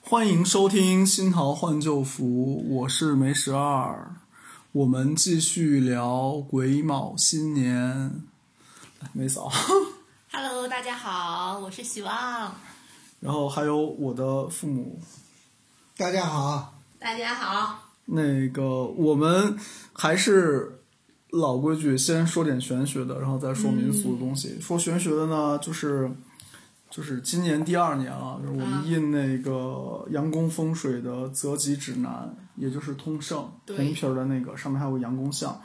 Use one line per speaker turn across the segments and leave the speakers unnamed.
欢迎收听《新桃换旧符》，我是梅十二，我们继续聊癸卯新年。哎来梅嫂，
Hello，大家好，我是许旺。
然后还有我的父母。
大家好，
大家好，
那个，我们还是老规矩，先说点玄学的，然后再说民俗的东西。说玄学的呢，就是就是今年第二年了，就是我
啊
们印那个阳宫风水的择吉指南，也就是通胜
对
红皮儿的那个，上面还有个阳宫像。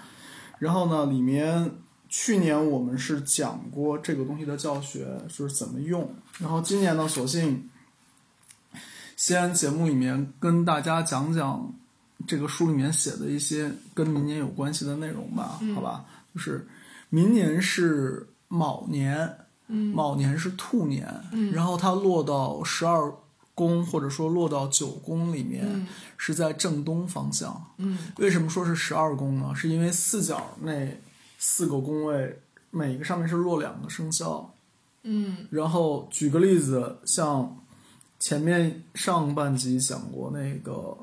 然后呢，里面去年我们是讲过这个东西的教学，就是怎么用。然后今年呢，索性先节目里面跟大家讲讲这个书里面写的一些跟明年有关系的内容吧，好吧？就是明年是卯年，卯年是兔年，然后它落到十二宫或者说落到九宫里面，是在正东方向。嗯，为什么说是十二宫呢？是因为四角那四个宫位，每个上面是落两个生肖。嗯，然后举个例子，像前面上半集讲过那个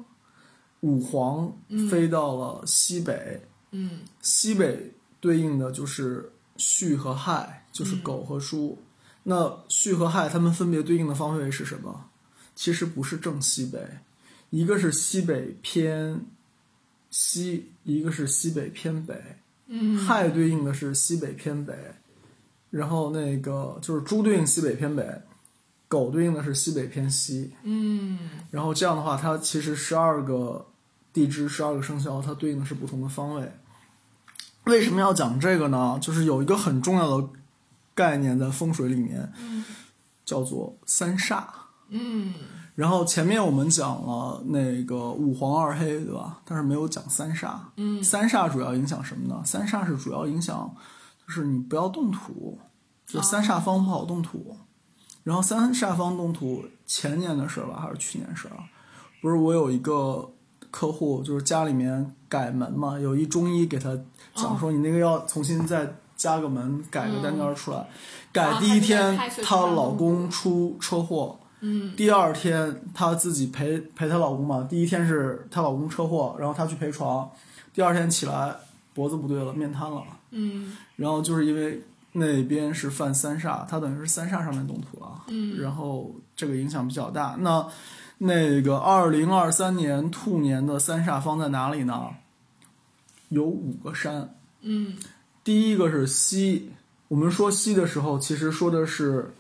五黄飞到了西北，
嗯
西北对应的就是戌和亥，就是狗和猪。那戌和亥它们分别对应的方位是什么？其实不是正西北，一个是西北偏西，一个是西北偏北。
嗯，
亥对应的是西北偏北，然后那个就是猪对应西北偏北，狗对应的是西北偏西。
嗯
然后这样的话，它其实十二个地支、十二个生肖，它对应的是不同的方位。为什么要讲这个呢？就是有一个很重要的概念在风水里面，叫做三煞。
嗯
然后前面我们讲了那个五黄二黑，对吧？但是没有讲三煞。嗯，三煞主要影响什么呢？三煞是主要影响，就是你不要动土，就三煞方不好动土。然后三煞方动土，前年的事儿吧，还是去年事儿啊？不是，我有一个客户，就是家里面改门嘛，有一中医给他讲说，你那个要重新再加个门，改个单间儿出来。改第一天
啊她这个太，水
她
深了
老公出车祸。
嗯，
第二天她自己陪陪她老公嘛，第一天是她老公车祸，然后她去陪床，第二天起来脖子不对了，面瘫了，
嗯
然后就是因为那边是犯三煞，她等于是三煞上面动土了，嗯，然后这个影响比较大。那那个二零二三年兔年的三煞方在哪里呢？有五个山，
嗯
第一个是西，我们说西的时候，其实说的是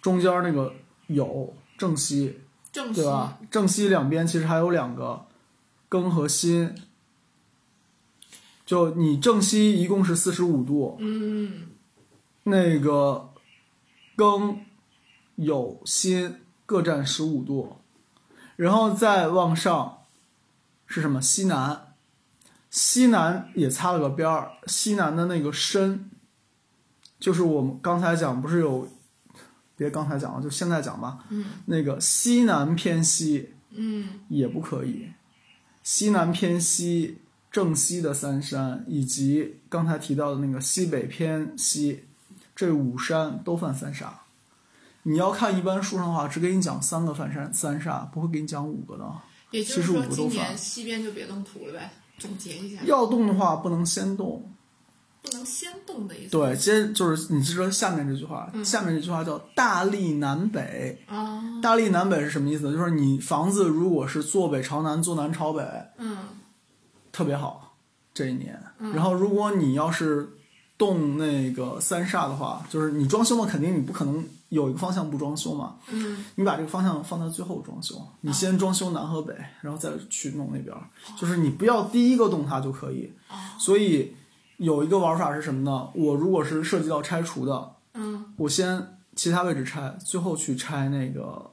中间那个有正西，
正
对吧？正西两边其实还有两个庚和辛，就你正西一共是四十五度，
嗯
那个庚、酉、辛各占十五度，然后再往上是什么？西南，西南也擦了个边儿。西南的那个申，就是我们刚才讲，不是有，别刚才讲了，就现在讲吧。
嗯，
那个西南偏西
嗯
也不可以，西南偏西。正西的三山，以及刚才提到的那个西北偏西，这五山都犯三煞。你要看一般书上的话，只给你讲三个犯山三煞，不会给你讲五个的。
也
就
就是是
说
说
今
今
年
年西边就别动土了呗。总结一下，
要动的话，不能先动。
不能先动的意思。
对，先就是你说下面这句话，
嗯
下面这句话叫“大力南北”。
啊，
大力南北是什么意思呢？就是你房子如果是坐北朝南，坐南朝北，
嗯
特别好这一年。然后如果你要是动那个三煞的话，就是你装修嘛，肯定你不可能有一个方向不装修嘛。
嗯
你把这个方向放到最后装修，你先装修南和北，然后再去弄那边儿，就是你不要第一个动它就可以。所以有一个玩法是什么呢？我如果是涉及到拆除的，
嗯
我先其他位置拆，最后去拆那个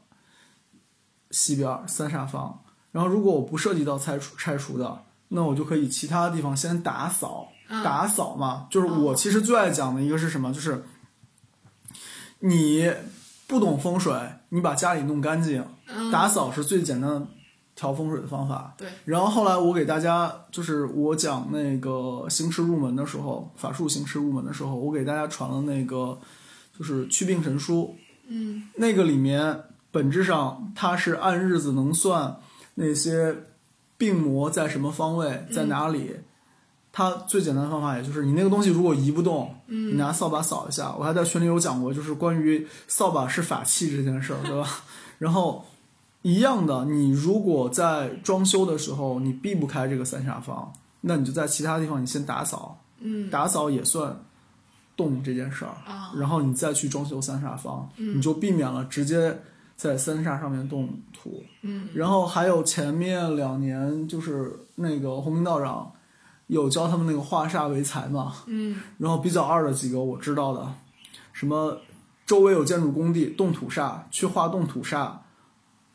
西边儿三煞方。然后如果我不涉及到拆除拆除的，那我就可以其他地方先打扫。
嗯
打扫嘛，就是我其实最爱讲的一个是什么，就是你不懂风水，你把家里弄干净，
嗯，
打扫是最简单的调风水的方法。
对，
然后后来我给大家，就是我讲那个行持入门的时候，法术行持入门的时候，我给大家传了那个就是祛病神书，
嗯
那个里面本质上它是按日子能算那些病魔在什么方位，在哪里。它最简单的方法也就是你那个东西如果移不动，你拿扫把扫一下。我还在群里有讲过，就是关于扫把是法器这件事儿，对吧？ 然后一样的，你如果在装修的时候你避不开这个三下方，那你就在其他地方你先打扫，
嗯
打扫也算动这件事儿，
啊嗯
然后你再去装修三煞方，你就避免了直接在三煞上面动土。
嗯
然后还有前面两年就是那个洪明道长有教他们那个化煞为财嘛，
嗯
然后比较二的几个我知道的，什么周围有建筑工地动土煞，去画动土煞，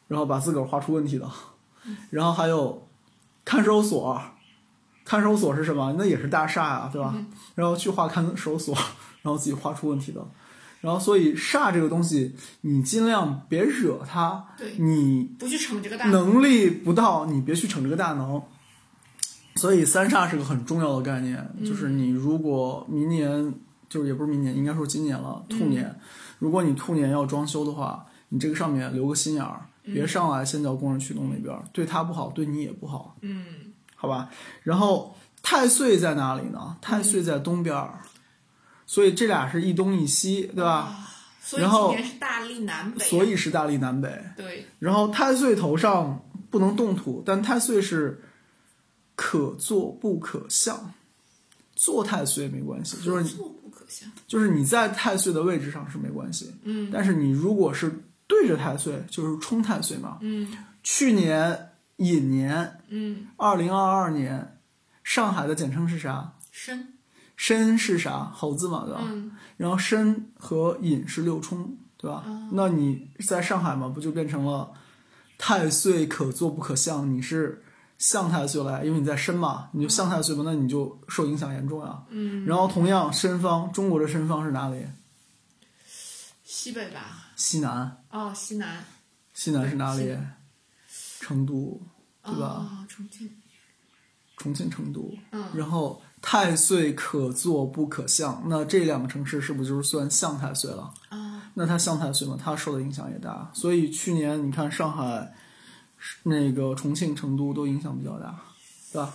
然后把自个儿画出问题的，然后还有看守所，看守所是什么？那也是大厦啊，对吧？然后去画看守所，然后自己画出问题的，然后所以煞这个东西，你尽量别惹它，
对
你
不去逞这个大，
能力不到，你别去逞这个大能。所以三煞是个很重要的概念，就是你如果明年就是也不是明年，应该说今年了，兔年，如果你兔年要装修的话，你这个上面留个心眼儿，别上来先叫工人去弄那边儿，对他不好，对你也不好，
嗯
好吧？然后太岁在哪里呢？太岁在东边儿，所以这俩是一东一西，对吧？
啊，所以
然后
今年是大力南北啊，
所以是大力南北。
对
然后太岁头上不能动土，但太岁是可做不可向，做太岁没关系，就是你
做不可想，
就是你在太岁的位置上是没关系，
嗯
但是你如果是对着太岁，就是冲太岁嘛。
嗯
去年寅年，
嗯，
二零二二年，上海的简称是啥？
深
申是啥？猴子嘛，对吧？
嗯
然后申和寅是六冲，对吧？
哦
那你在上海嘛，不就变成了太岁可坐不可向？你是向太岁来，因为你在申嘛，你就向太岁嘛，那你就受影响严重呀。
嗯，
然后同样，申方，中国的申方是哪里？
西北吧，
西南，
哦西南
西南是哪
西
里？成都，对吧？
哦重庆，
重庆、成都。
嗯
然后太岁可坐不可向，那这两个城市是不是就是算向太岁了？
啊
那它像太岁嘛，它受的影响也大，所以去年你看上海、那个重庆、成都都影响比较大，对吧？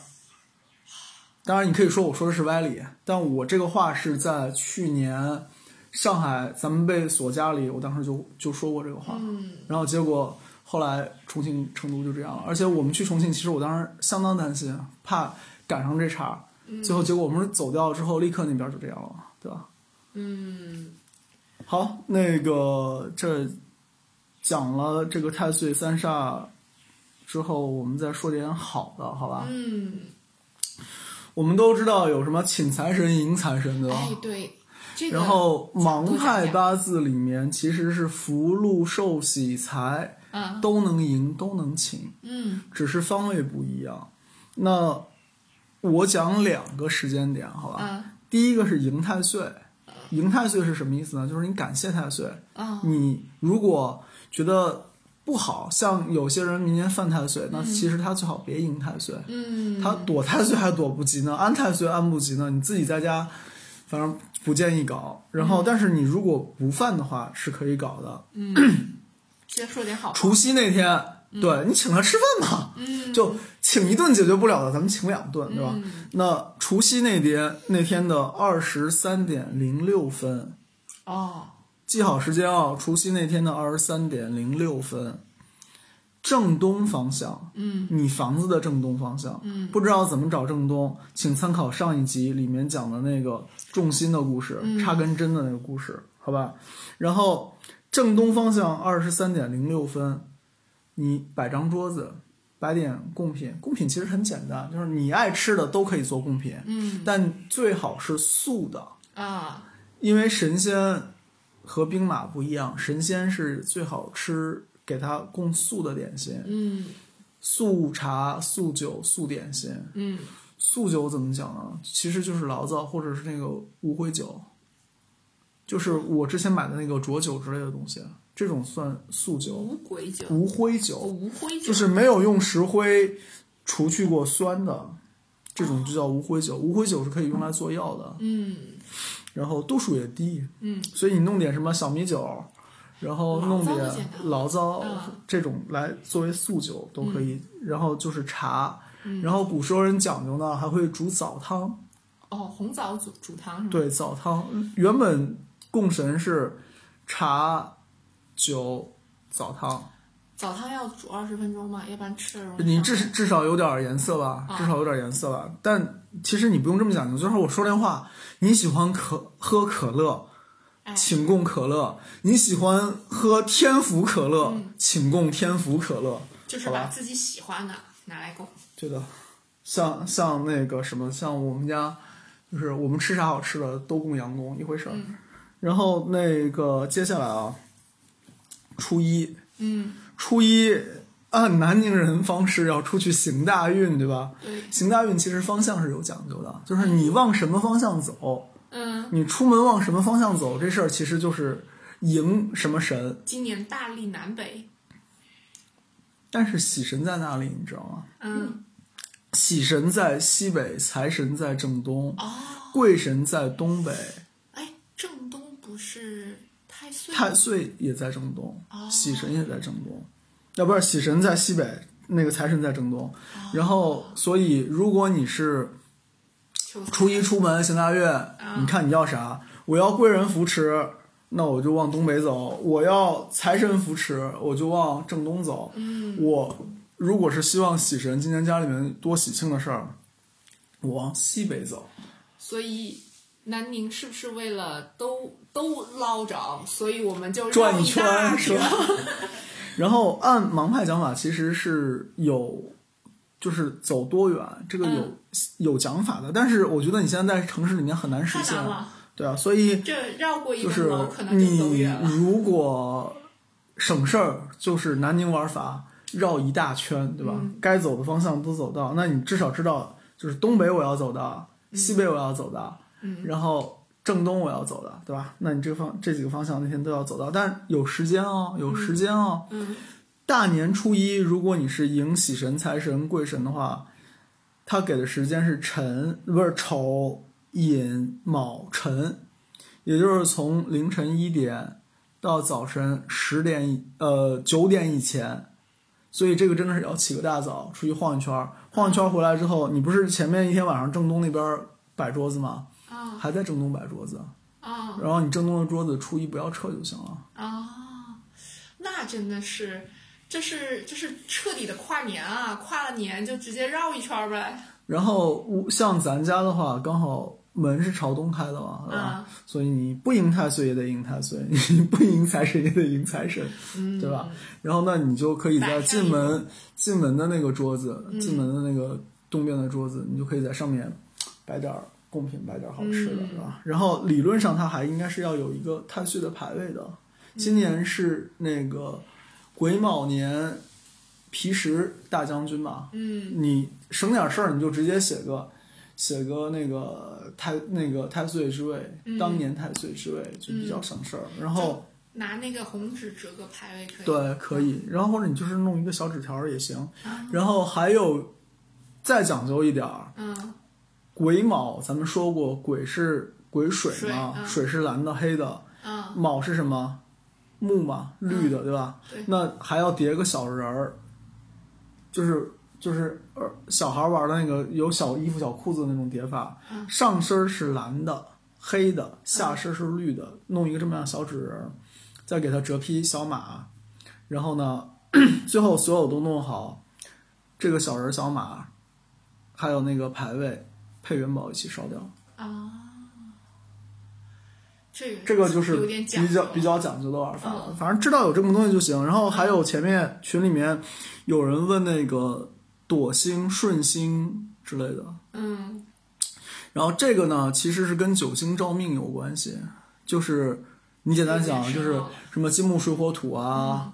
当然，你可以说我说的是歪理，但我这个话是在去年上海咱们被锁家里，我当时就就说过这个话，
嗯
然后结果后来重庆、成都就这样了。而且我们去重庆，其实我当时相当担心，怕赶上这茬儿。最后结果我们走掉之后，立刻那边就这样了，对吧？
嗯
好，那个这讲了这个太岁三煞之后，我们再说点好的，好吧？
嗯，
我们都知道有什么请财神、迎财神，对吧？
哎对，这个
然后
多
盲
讲
派
讲
八字里面其实是福禄寿喜财
啊
都能迎，都能请，
嗯
只是方位不一样。那我讲两个时间点，好吧？
啊
第一个是迎太岁，迎太岁是什么意思呢？就是你感谢太岁，
啊
你如果觉得不好，像有些人明年犯太岁，那其实他最好别迎太岁，
嗯
他躲太岁还躲不及呢，安太岁安不及呢，你自己在家，反正不建议搞。然后，但是你如果不犯的话，是可以搞的。嗯
先说点好，
除夕那天，对你请他吃饭嘛，
嗯
就请一顿解决不了的，咱们请两顿，对吧？那除夕那天那天的二十三点零六分，
哦
记好时间啊、除夕那天的二十三点零六分，正东方向，
嗯，
你房子的正东方向，嗯，不知道怎么找正东，请参考上一集里面讲的那个重心的故事，插根针的那个故事，好吧？然后正东方向二十三点零六分，你摆张桌子，摆点贡品，贡品其实很简单，就是你爱吃的都可以做贡品，
嗯
但最好是素的，
啊
因为神仙和兵马不一样，神仙是最好吃给他供素的点心，
嗯
素茶、素酒、素点心。
嗯
素酒怎么讲呢？其实就是醪糟或者是那个无灰酒，就是我之前买的那个浊酒之类的东西，这种算素酒。
无鬼酒
无灰酒
无灰酒
就是没有用石灰除去过酸的，这种就叫无灰酒。无灰酒是可以用来做药的，
嗯
然后度数也低，
嗯
所以你弄点什么小米酒，然后弄
醪糟
点
都简单
醪糟
嗯
这种来作为素酒都可以，然后就是茶，
嗯
然后古时候人讲究呢，还会煮枣汤，
哦，红枣煮煮汤是吗？，
对，澡汤原本供神是茶、酒、澡汤，
澡汤要煮二十分钟嘛，要不然吃了容易
你
上
至
火
至少有点颜色吧，
啊
至少有点颜色吧。但其实你不用这么讲究，就是我说电话，你喜欢可喝可乐，
哎
请供可乐；你喜欢喝天府可乐，
嗯
请供天府可乐。
就是
好吧
把自己喜欢的拿来供。
对的，像像那个什么，像我们家，就是我们吃啥好吃的都供阳公一回事儿。
嗯
然后那个接下来啊，初一，
嗯，
初一按南宁人方式要出去行大运，对吧？
对，
行大运其实方向是有讲究的，就是你往什么方向走，
嗯，
你出门往什么方向走，这事儿其实就是迎什么神。
今年大力南北，
但是喜神在哪里，你知道吗？
嗯，
喜神在西北，财神在正东，
哦，
贵神在东北，
哎，正东不是太岁吗
太岁也在正东
哦，
喜神也在正东，要不是喜神在西北，那个财神在正
哦
东。然后，所以如果你是
求财
初一出门行大运，
啊
你看你要啥？我要贵人扶持，那我就往东北走；我要财神扶持，我就往正东走。
嗯
我如果是希望喜神今年家里面多喜庆的事儿，我往西北走。
所以南宁是不是为了都都捞着，所以我们就绕
转一圈
大
儿是吧？ 然后按盲派讲法，其实是有，就是走多远，这个有、
嗯
有讲法的。但是我觉得你现在在城市里面很难实
太
现
难，了，
对啊，所以
这绕过一
就
栋
是
楼 可能就走
你
远了。
如果省事儿，就是南宁玩法绕一大圈，对吧？
嗯
该走的方向都走到，那你至少知道，就是东北我要走的，西北我要走的，
嗯
然后正东我要走的，对吧？那你这方这几个方向那天都要走到，但有时间哦，有时间哦。
嗯，
大年初一，如果你是迎喜神、财神、贵神的话，他给的时间是辰，不是丑、寅、卯、辰，也就是从凌晨一点到早晨十点以，呃九点以前。所以这个真的是要起个大早出去晃一圈儿，晃一圈儿回来之后，你不是前面一天晚上正东那边儿摆桌子吗？
啊
还在正东摆桌子，
啊
然后你正东的桌子初一不要撤就行了。
啊！那真的是，这是这是彻底的跨年啊！跨了年就直接绕一圈儿呗。
然后屋像咱家的话，刚好门是朝东开的嘛，对吧？
嗯
所以你不迎太岁也得迎太岁， 你不迎财神也得迎财神，
嗯
对吧？然后那你就可以在
摆上
进
一
门进门的那个桌子，进门的那个东边的桌子，你就可以在上面摆点儿贡品，摆点儿好吃的，是吧？然后理论上它还应该是要有一个太岁的牌位的。今年是那个癸卯年皮时大将军吧？
嗯，
你省点事儿，你就直接写个写个那个太那个太岁之位，
嗯
当年太岁之位就比较省事儿。然后
拿那个红纸折个牌位可以。，
对，可以。然后或者你就是弄一个小纸条儿也行。
啊
然后还有再讲究一点儿，
嗯
癸卯，咱们说过癸是癸水嘛，
水嗯
水是蓝的、黑的，
嗯，
卯是什么？木嘛，绿的，对吧？
对
那还要叠个小人儿，就是就是呃小孩玩的那个有小衣服、小裤子的那种叠法，上身是蓝的、黑的，下身是绿的，弄一个这么样小纸人儿，再给它折匹小马，然后呢， 最后所有都弄好，这个小人儿、小马，还有那个牌位。配元宝一起烧掉，
这个
这个就是
有点讲
比较
究嗯
比较讲究的玩法了。反正知道有这么东西就行。然后还有前面群里面有人问那个躲星、顺星之类的，
嗯
然后这个呢其实是跟九星照命有关系，就是你简单讲
有点
就
深
是
奥了嗯
什么金木水火土啊，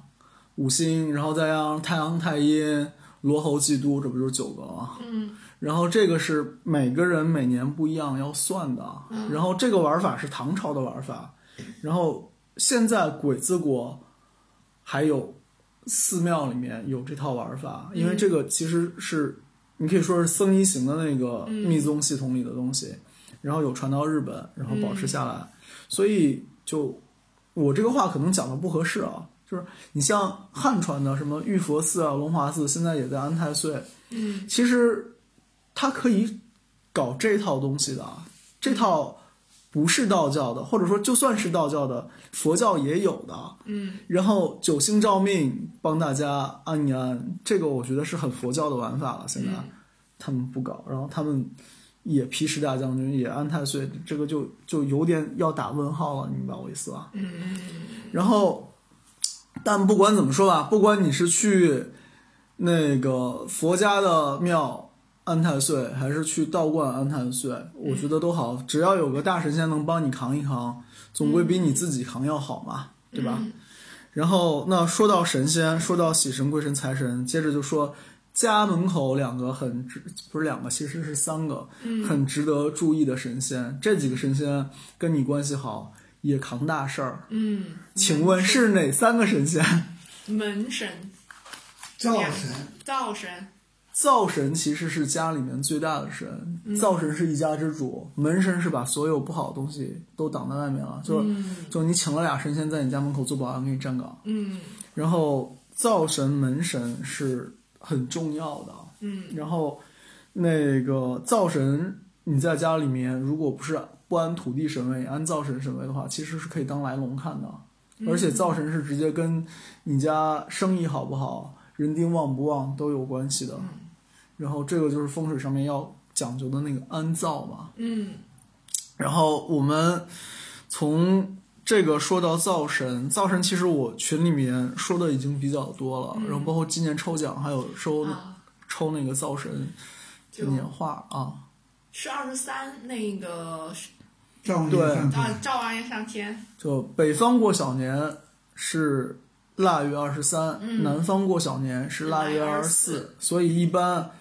五星，然后再让太阳、太阴、罗侯、季都，这不就是九个了吗？
嗯
然后这个是每个人每年不一样要算的，啊然后这个玩法是唐朝的玩法，然后现在鬼子国还有寺庙里面有这套玩法，因为这个其实是你可以说是僧一行的那个密宗系统里的东西，然后有传到日本，然后保持下来，所以就我这个话可能讲的不合适啊，就是你像汉传的什么玉佛寺啊、龙华寺，现在也在安太岁，
嗯
其实它可以搞这套东西的啊，这套不是道教的，或者说就算是道教的，佛教也有的啊。
嗯
然后九星照命帮大家安一安，这个我觉得是很佛教的玩法了。现在、
嗯
他们不搞，然后他们也皮实大将军，也安太岁，这个就就有点要打问号了，你明白我意思吧？
嗯
然后，但不管怎么说吧，不管你是去那个佛家的庙安太岁，还是去道观安太岁，我觉得都好，只要有个大神仙能帮你扛一扛，总归比你自己扛要好嘛，对吧？然后，那说到神仙，说到喜神、贵神、财神，接着就说家门口两个很值，不是两个，其实是三个很值得注意的神仙。这几个神仙跟你关系好，也扛大事儿。
嗯，
请问是哪三个神仙？
门神、
灶神，
灶神，
灶神其实是家里面最大的神，
嗯
灶神是一家之主，门神是把所有不好的东西都挡在外面
嗯
了，就、就你请了俩神仙在你家门口做保安给你站岗，
嗯
然后灶神、门神是很重要的，
嗯
然后那个灶神，你在家里面如果不是不安土地神位，安灶神神位的话，其实是可以当来龙看的。而且灶神是直接跟你家生意好不好、人丁旺不旺都有关系的。然后这个就是风水上面要讲究的那个安灶嘛。
嗯
然后我们从这个说到灶神，灶神其实我群里面说的已经比较多了，然后包括今年抽奖还有收、
啊，
抽那个灶神
就
年画啊，
是二十三那个
灶王爷
对
上
啊
天，
灶王爷上天，
就北方过小年是腊月二十三，
嗯
南方过小年是腊月二十
腊月
四，所以一般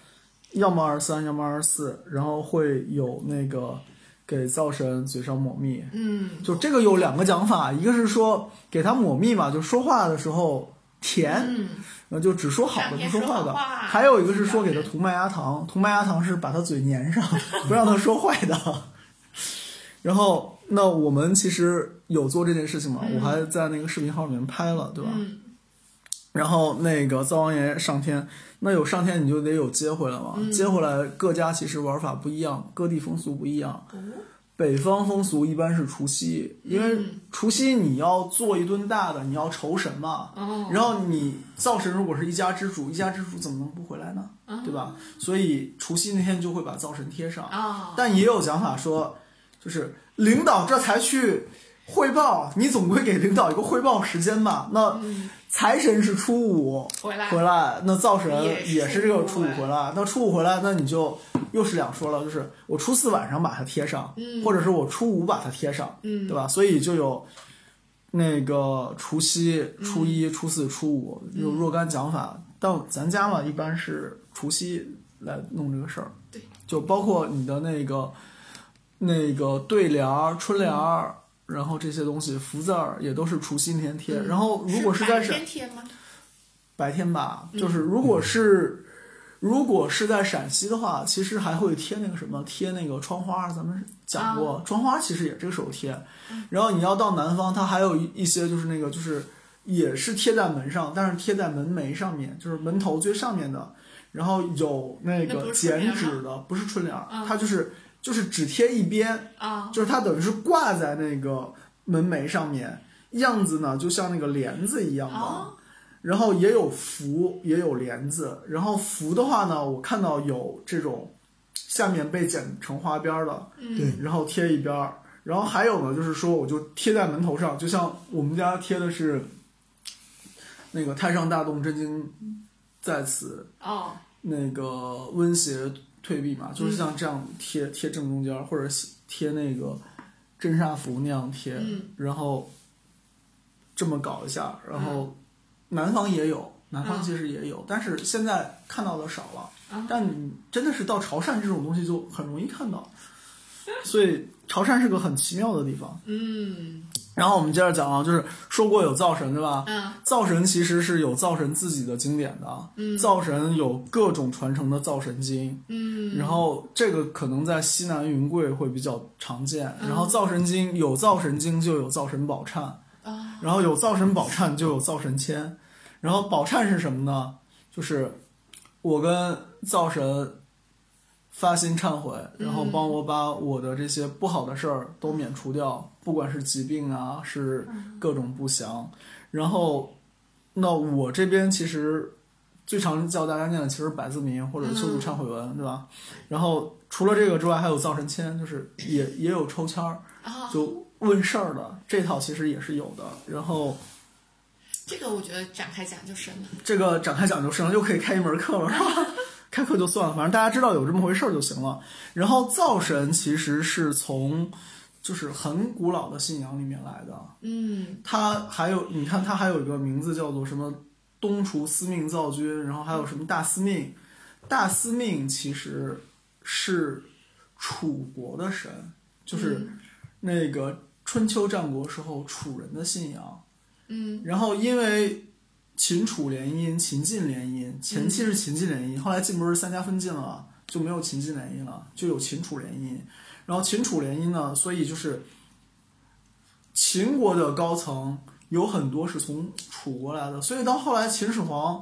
要么二十三，要么二十四，然后会有那个给灶神嘴上抹蜜。
嗯
就这个有两个讲法，一个是说给他抹蜜嘛，就说话的时候甜，
嗯
然后就只说好的不说坏
两边说
的；
好话
还有一个是说给他涂麦芽糖，涂麦芽糖是把他嘴粘上，不让他说坏的。 然后，那我们其实有做这件事情嘛，我还在那个视频号里面拍了，对吧？
嗯
然后那个灶王爷上天，那有上天你就得有接回来嘛，
嗯
接回来各家其实玩法不一样，各地风俗不一样。
哦
北方风俗一般是除夕，因为除夕你要做一顿大的，你要酬神嘛。
哦
然后你灶神如果是一家之主，一家之主怎么能不回来呢？对吧？所以除夕那天就会把灶神贴上。
啊
但也有讲法说，就是领导这才去汇报，你总归给领导一个汇报时间吧。那财神是初五
回来
回来，那灶神
也是
也是这个初
初
五
五
回来。那初五回来，那你就又是两说了，就是我初四晚上把它贴上，或者是我初五把它贴上，
嗯
对吧？所以就有。那个除夕、
嗯
初一、初四、初五有若干讲法，但咱家嘛一般是除夕来弄这个事儿。
对，
就包括你的那个那个对联儿、春联
嗯
儿，然后这些东西福字儿也都是除夕那天贴。
嗯
然后如果是在
白
陕
天贴吗？
白天吧，
嗯
就是如果是、如果是在陕西的话，其实还会贴那个什么贴那个窗花，咱们
啊
讲过、窗花其实也这个时候贴。
嗯
然后你要到南方，它还有一一些就是那个就是也是贴在门上，但是贴在门楣上面，就是门头最上面的。然后有那
那
个
不是春联
剪
吗嗯
纸的，不是春联儿，它就是就是只贴一边，
啊
就是它等于是挂在那个门楣上面，样子呢就像那个帘子一样的。
哦
然后也有符，也有帘子。然后符的话呢，我看到有这种下面被剪成花边儿的，
对，
然后贴一边儿。然后还有呢，就是说我就贴在门头上，就像我们家贴的是那个“太上大动真经在此”，
哦
那个温邪退避嘛，就是像这样贴贴正中间儿，或者贴那个镇煞符那样贴，
嗯
然后这么搞一下，然后南方也有，南方其实也有，但是现在看到的少了。
啊
但你真的是到潮汕这种东西就很容易看到，所以潮汕是个很奇妙的地方。
嗯
然后我们接着讲啊，就是说过有灶神对吧？
嗯
灶神其实是有灶神自己的经典的，
嗯
灶神有各种传承的灶神经，
嗯
然后这个可能在西南
嗯
云贵会比较常见。然后灶神经有灶神经就有灶神宝忏，
啊
然后有灶神宝忏，就有灶神签。然后宝忏是什么呢？就是我跟灶神发心忏悔，然后帮我把我的这些不好的事儿都免除掉，不管是疾病啊，是各种不祥。然后，那我这边其实最常教大家念的其实是百字明或者修读忏悔文，对吧？然后除了这个之外，还有灶神签，就是也也有抽签儿，
啊，
就问事儿的这套其实也是有的。然后
这个我觉得展开讲就深了。
这个展开讲就深了，又可以开一门课了，是吧？ 开课就算了，反正大家知道有这么回事儿就行了。然后灶神其实是从就是很古老的信仰里面来的，
嗯，
它还有你看它还有一个名字叫做什么东厨司命灶君，然后还有什么大司命，大司命其实是楚国的神，就是那个春秋战国时候楚人的信仰。
嗯，
然后因为秦楚联姻、秦晋联姻，前期是秦晋联姻，后来晋不是三家分晋了，就没有秦晋联姻了，就有秦楚联姻。然后秦楚联姻呢，所以就是秦国的高层有很多是从楚国来的，所以到后来秦始皇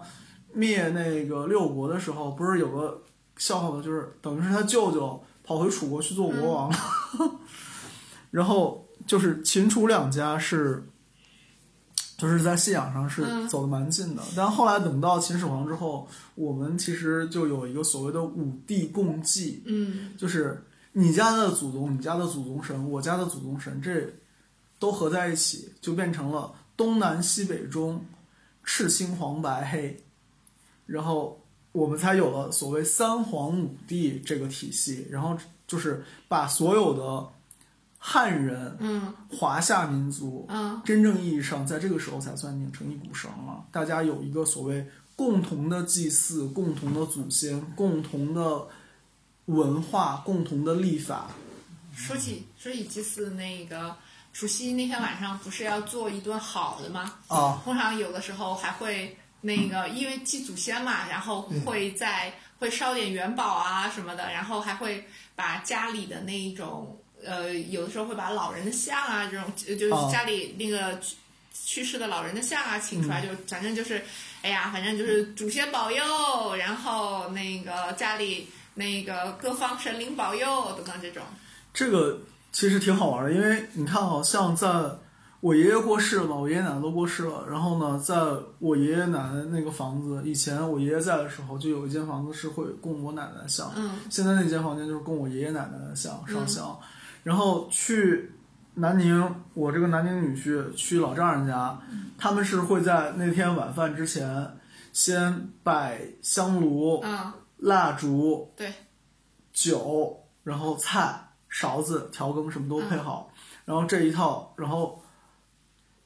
灭那个六国的时候，不是有个笑话吗？就是等于是他舅舅跑回楚国去做国王了， 然后就是秦楚两家是。就是在信仰上是
嗯
走的蛮近的，但后来等到秦始皇之后，我们其实就有一个所谓的五帝共济，
嗯，
就是你家的祖宗、你家的祖宗神、我家的祖宗神，这都合在一起，就变成了东南西北中，赤青黄白黑，然后我们才有了所谓三皇五帝这个体系，然后就是把所有的汉人、
嗯，
华夏民族，
嗯，
真正意义上在这个时候才算拧成一股绳了。大家有一个所谓共同的祭祀、共同的祖先、共同的文化、共同的历法，
说起说起祭祀那个除夕那天晚上，不是要做一顿好的吗？
啊
通常有的时候还会那个，因为祭祖先嘛，然后会在会烧点元宝啊什么的，然后还会把家里的那一种呃，有的时候会把老人的像啊这种，就就是家里那个去去世的老人的像啊请出来，就反正就是，哎呀，反正就是祖先保佑，然后那个家里那个各方神灵保佑等等这种。
这个其实挺好玩的，因为你看，好像在我爷爷过世了嘛，我爷爷奶奶都过世了。然后呢，在我爷爷奶奶那个房子，以前我爷爷在的时候，就有一间房子是会供我奶奶的像，
嗯
现在那间房间就是供我爷爷奶奶的像上香。然后去南宁，我这个南宁女婿去老丈人家，
嗯
他们是会在那天晚饭之前先摆香炉、
嗯，
蜡烛、
对，
酒，然后菜、勺子、调羹什么都
嗯
配好，然后这一套，然后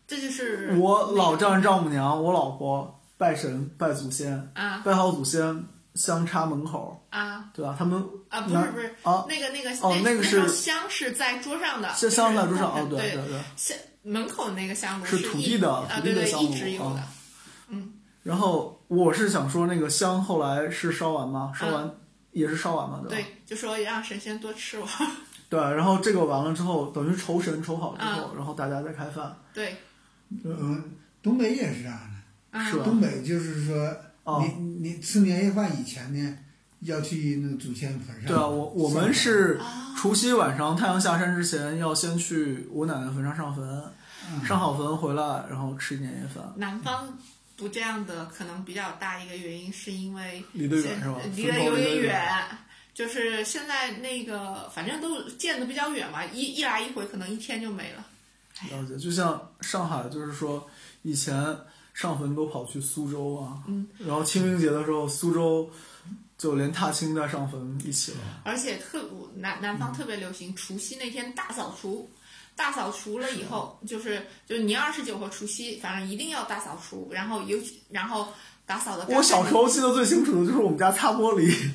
这就是
我老丈人丈母娘、我老婆拜神、拜祖先，
啊
拜好祖先相插门口，
啊
对吧？他们
啊，不是不是
啊，
那个那个
哦那
那
个是
套香是在桌上的，
这香在桌上
就
哦
是，
对
对
对对。
香门口那个香炉
是土地的
一啊，
土
对
地的
对，
香炉
一直有的
啊。然后我是想说，那个香后来是烧完吗？烧完、也是烧完嘛，对吧？
嗯对，就说让神仙多吃我。
对，然后这个完了之后，等于酬神酬好之后，
嗯
然后大家再开饭，
对，
嗯，东北也是这样的。
啊
是吧？
东北就是说，
哦
你你吃年夜饭以前呢，要去那祖先坟上。
对啊， 我我们是
啊
除夕晚上太阳下山之前，要先去我奶奶坟上上坟，上好坟回来，然后吃年夜饭。
南方不这样的，可能比较大一个原因是因为
离得远是吧
离得
分头
有
离得
点
远
远。就是现在那个，反正都建的比较远嘛，一一来一回，可能一天就没了。
了解，就像上海，就是说以前上坟都跑去苏州啊，然后清明节的时候，苏州就连踏青带上坟一起了。
而且特我南南
嗯
方特别流行除夕那天大扫除，大扫除了以后，就是就是年二十九和除夕，反正一定要大扫除，然后尤其然后打扫的。
我小时候记得最清楚的就是我们家擦玻璃，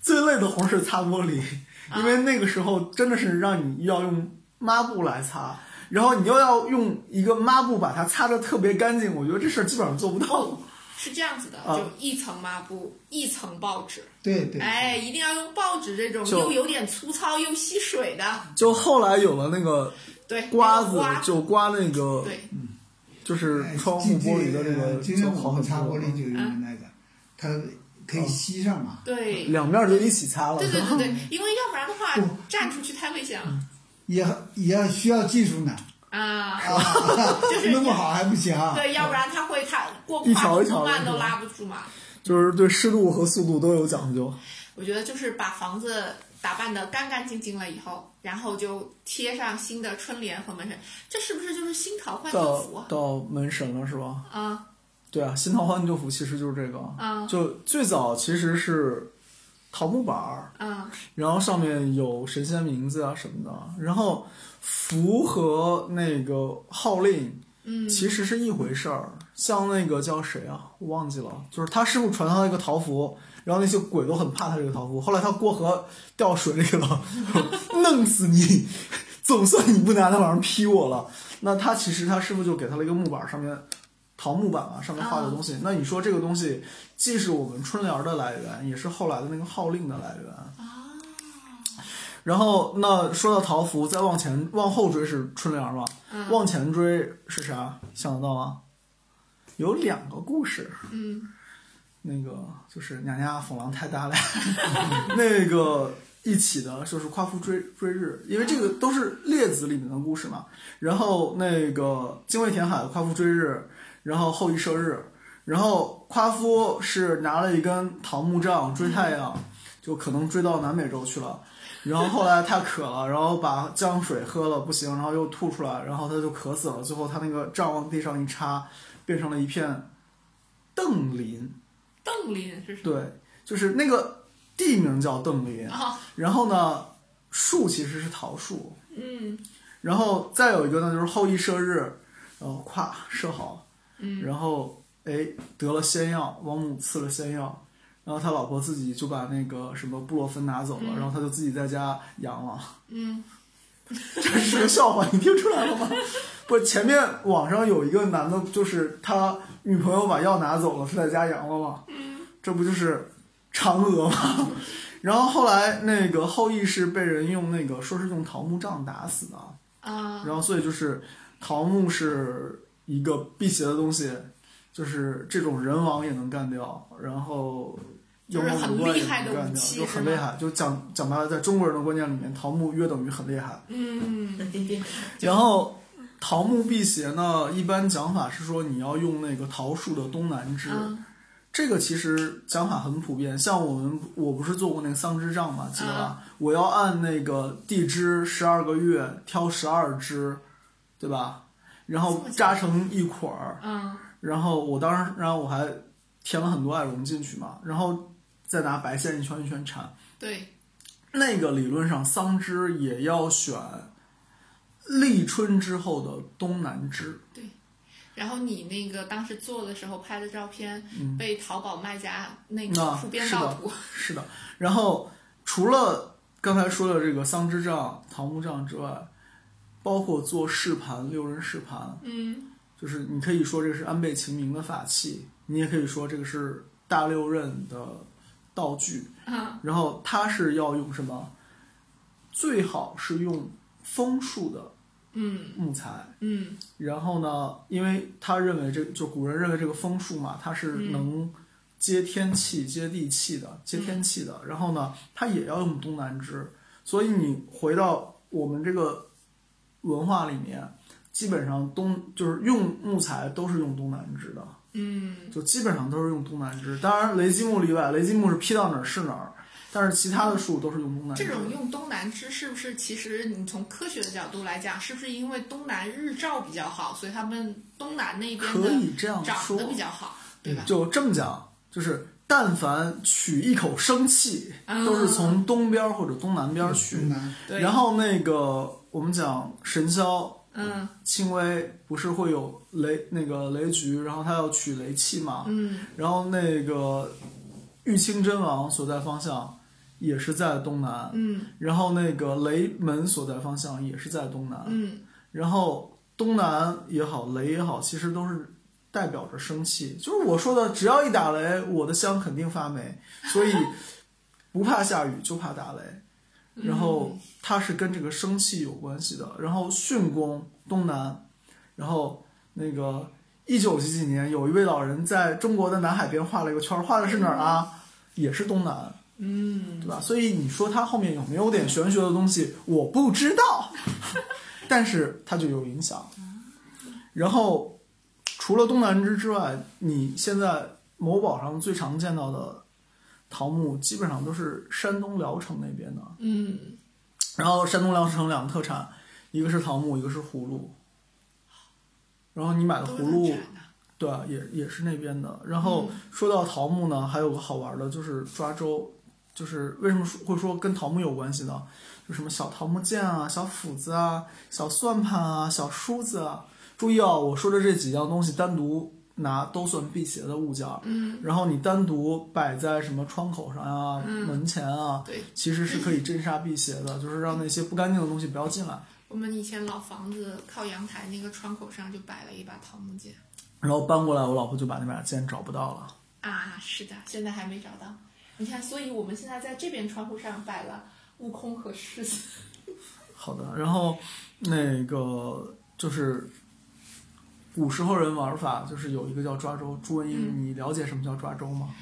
最累的活儿是擦玻璃，因为那个时候真的是让你要用抹布来擦，然后你又要用一个抹布把它擦得特别干净，我觉得这事儿基本上做不到。
是这样子的，
啊
就一层抹布，一层报纸，
对对，
哎，一定要用报纸这种
就
又有点粗糙又吸水的，
就后来有了那个
对，
刮子
那
嗯
个，刮
就刮那个
对，
就是
哎
窗户玻璃的这个
今天
就
我
好
们
很
擦
多
玻
了
璃就用那个，它可
哦
以吸上嘛。
对，
两面儿就一起擦了，嗯
对对对 对，因为要不然的话
不
站出去太危险了
也也要需要技术呢，
啊。
哦
就是
弄不好还不行啊。
对，要不然它会它过
一
跨
条
度
一条
不慢
的
都
是吧
拉不住嘛。
就是对湿度和速度都有讲究。
我觉得就是把房子打扮得干干净净了以后，然后就贴上新的春联和门神，这是不是就是新桃换旧
到
符啊？
到门神了是吧？
啊，
对啊，新桃花旧符其实就是这个，
嗯
就最早其实是桃木板儿，
嗯
然后上面有神仙名字啊什么的，然后符和那个号令
嗯
其实是一回事儿。像那个叫谁啊，我忘记了，就是他师傅传他那个桃符，然后那些鬼都很怕他这个桃符，后来他过河掉水里了，弄死你。总算你不拿那玩意儿劈我了，那他其实他师傅就给他了一个木板儿，上面桃木板嘛，啊上面画的东西。那你说这个东西既是我们春联儿的来源，也是后来的那个号令的来源。然后，那说到桃符，再往前往后追是春联儿嘛，往前追是啥？想得到吗？有两个故事，
嗯
那个就是娘娘风浪太大了， 那个一起的就是夸父追追日，因为这个都是列子里面的故事嘛。然后那个精卫填海，夸父追日，然后后羿射日，然后夸父是拿了一根桃木杖追太阳，就可能追到南美洲去了。然后后来他渴了，然后把江水喝了不行，然后又吐出来，然后他就渴死了。最后他那个杖往地上一插，变成了一片邓林。
邓林是什么？
对，就是那个地名叫邓林，
啊，
然后呢，树其实是桃树，
嗯
然后再有一个呢就是后羿射日，然后咵射好，
嗯
然后哎得了仙药，王母赐了仙药，然后他老婆自己就把那个什么布洛芬拿走了，
嗯
然后他就自己在家养了。
嗯
这是个笑话，你听出来了 吗？不，前面网上有一个男的，就是他女朋友把药拿走了，他在家阳了嘛，
嗯
这不就是嫦娥吗？ 然后后来那个后羿是被人用那个说是用桃木杖打死的，
啊
然后所以就是桃木是一个辟邪的东西，就是这种人王也能干掉，然后
就是
妖魔
很
鬼怪也
厉害
能
的
干
武
掉，
器
就很
是
厉
吗
害。就讲讲白了，在中国人的观念里面，桃木约等于很厉害。
嗯
然后桃木辟邪呢，一般讲法是说你要用那个桃树的东南枝，
嗯
这个其实讲法很普遍。像我们我不是做过那个桑枝杖嘛，记得吧？我要按那个地支十二个月挑十二支，对吧？然后扎成一捆儿，
嗯
然后我当时，然后我还填了很多艾绒进去嘛，然后再拿白线一圈一圈缠。
对
那个理论上，桑枝也要选立春之后的东南枝。
对。然后你那个当时做的时候拍的照片，被淘宝卖家那
那
个出编
啊是
盗
的
图，，
是的。然后除了刚才说的这个桑枝杖、桃木杖之外，包括做试盘、六人试盘，
嗯
就是你可以说这个是安倍晴明的法器，你也可以说这个是大六壬的道具。
啊
然后它是要用什么？最好是用枫树的
嗯
木材。
嗯
然后呢，因为他认为这就古人认为这个枫树嘛，它是
嗯
能接天气、接地气的，接天
嗯
气的。然后呢，它也要用东南枝，所以你回到我们这个文化里面，基本上东就是用木材都是用东南枝的，
嗯，
就基本上都是用东南枝。当然，雷击木例外，雷击木是劈到哪儿是哪儿，但是其他的树都是用东南枝
这。种用东南枝是不是？其实你从科学的角度来讲，是不是因为东南日照比较好，所以他们东南那边
可以
的
这样
长
说
得比较好，对吧？
就这么讲，就是但凡取一口生气，
嗯
都是从东边儿或者东南边儿取。
东南
对
然后那个我们讲神霄、
嗯
轻微，不是会有雷那个雷局，然后他要取雷气嘛。
嗯
然后那个玉清真王所在方向也是在东南，
嗯
然后那个雷门所在方向也是在东南，
嗯
然后东南也好，雷也好，其实都是代表着生气。就是我说的，只要一打雷，我的香肯定发霉，所以不怕下雨，就怕打雷。然后它是跟这个生气有关系的。然后巽宫东南，然后那个一九几几年，有一位老人在中国的南海边画了一个圈儿，画的是哪儿啊？也是东南，嗯，对吧？所以你说它后面有没有点玄学的东西？我不知道， 但是它就有影响。然后除了东南枝之外，你现在某宝上最常见到的桃木，基本上都是山东聊城那边的。
嗯，
然后山东聊城两个特产，一个是桃木，一个是葫芦。然后你买的
都
葫
是
芦，
这样的
对，也也是那边的。然后
嗯
说到桃木呢，还有个好玩的，就是抓周，就是为什么说会说跟桃木有关系呢？就什么小桃木剑啊、小斧子啊、小算盘啊、小梳子啊。注意哦，我说的这几样东西单独拿都算辟邪的物件儿。
嗯，
然后你单独摆在什么窗口上啊、门前啊，
嗯对，
其实是可以镇煞辟邪的，就是让那些不干净的东西不要进来。
我们以前老房子靠阳台那个窗口上就摆了一把桃木剑
然后搬过来，我老婆就把那把剑找不到了。
啊，是的，现在还没找到。你看，所以我们现在在这边窗户上摆了悟空和狮子。
好的，然后那个就是古时候人玩法，就是有一个叫抓周。朱文英，
嗯
你了解什么叫抓周吗？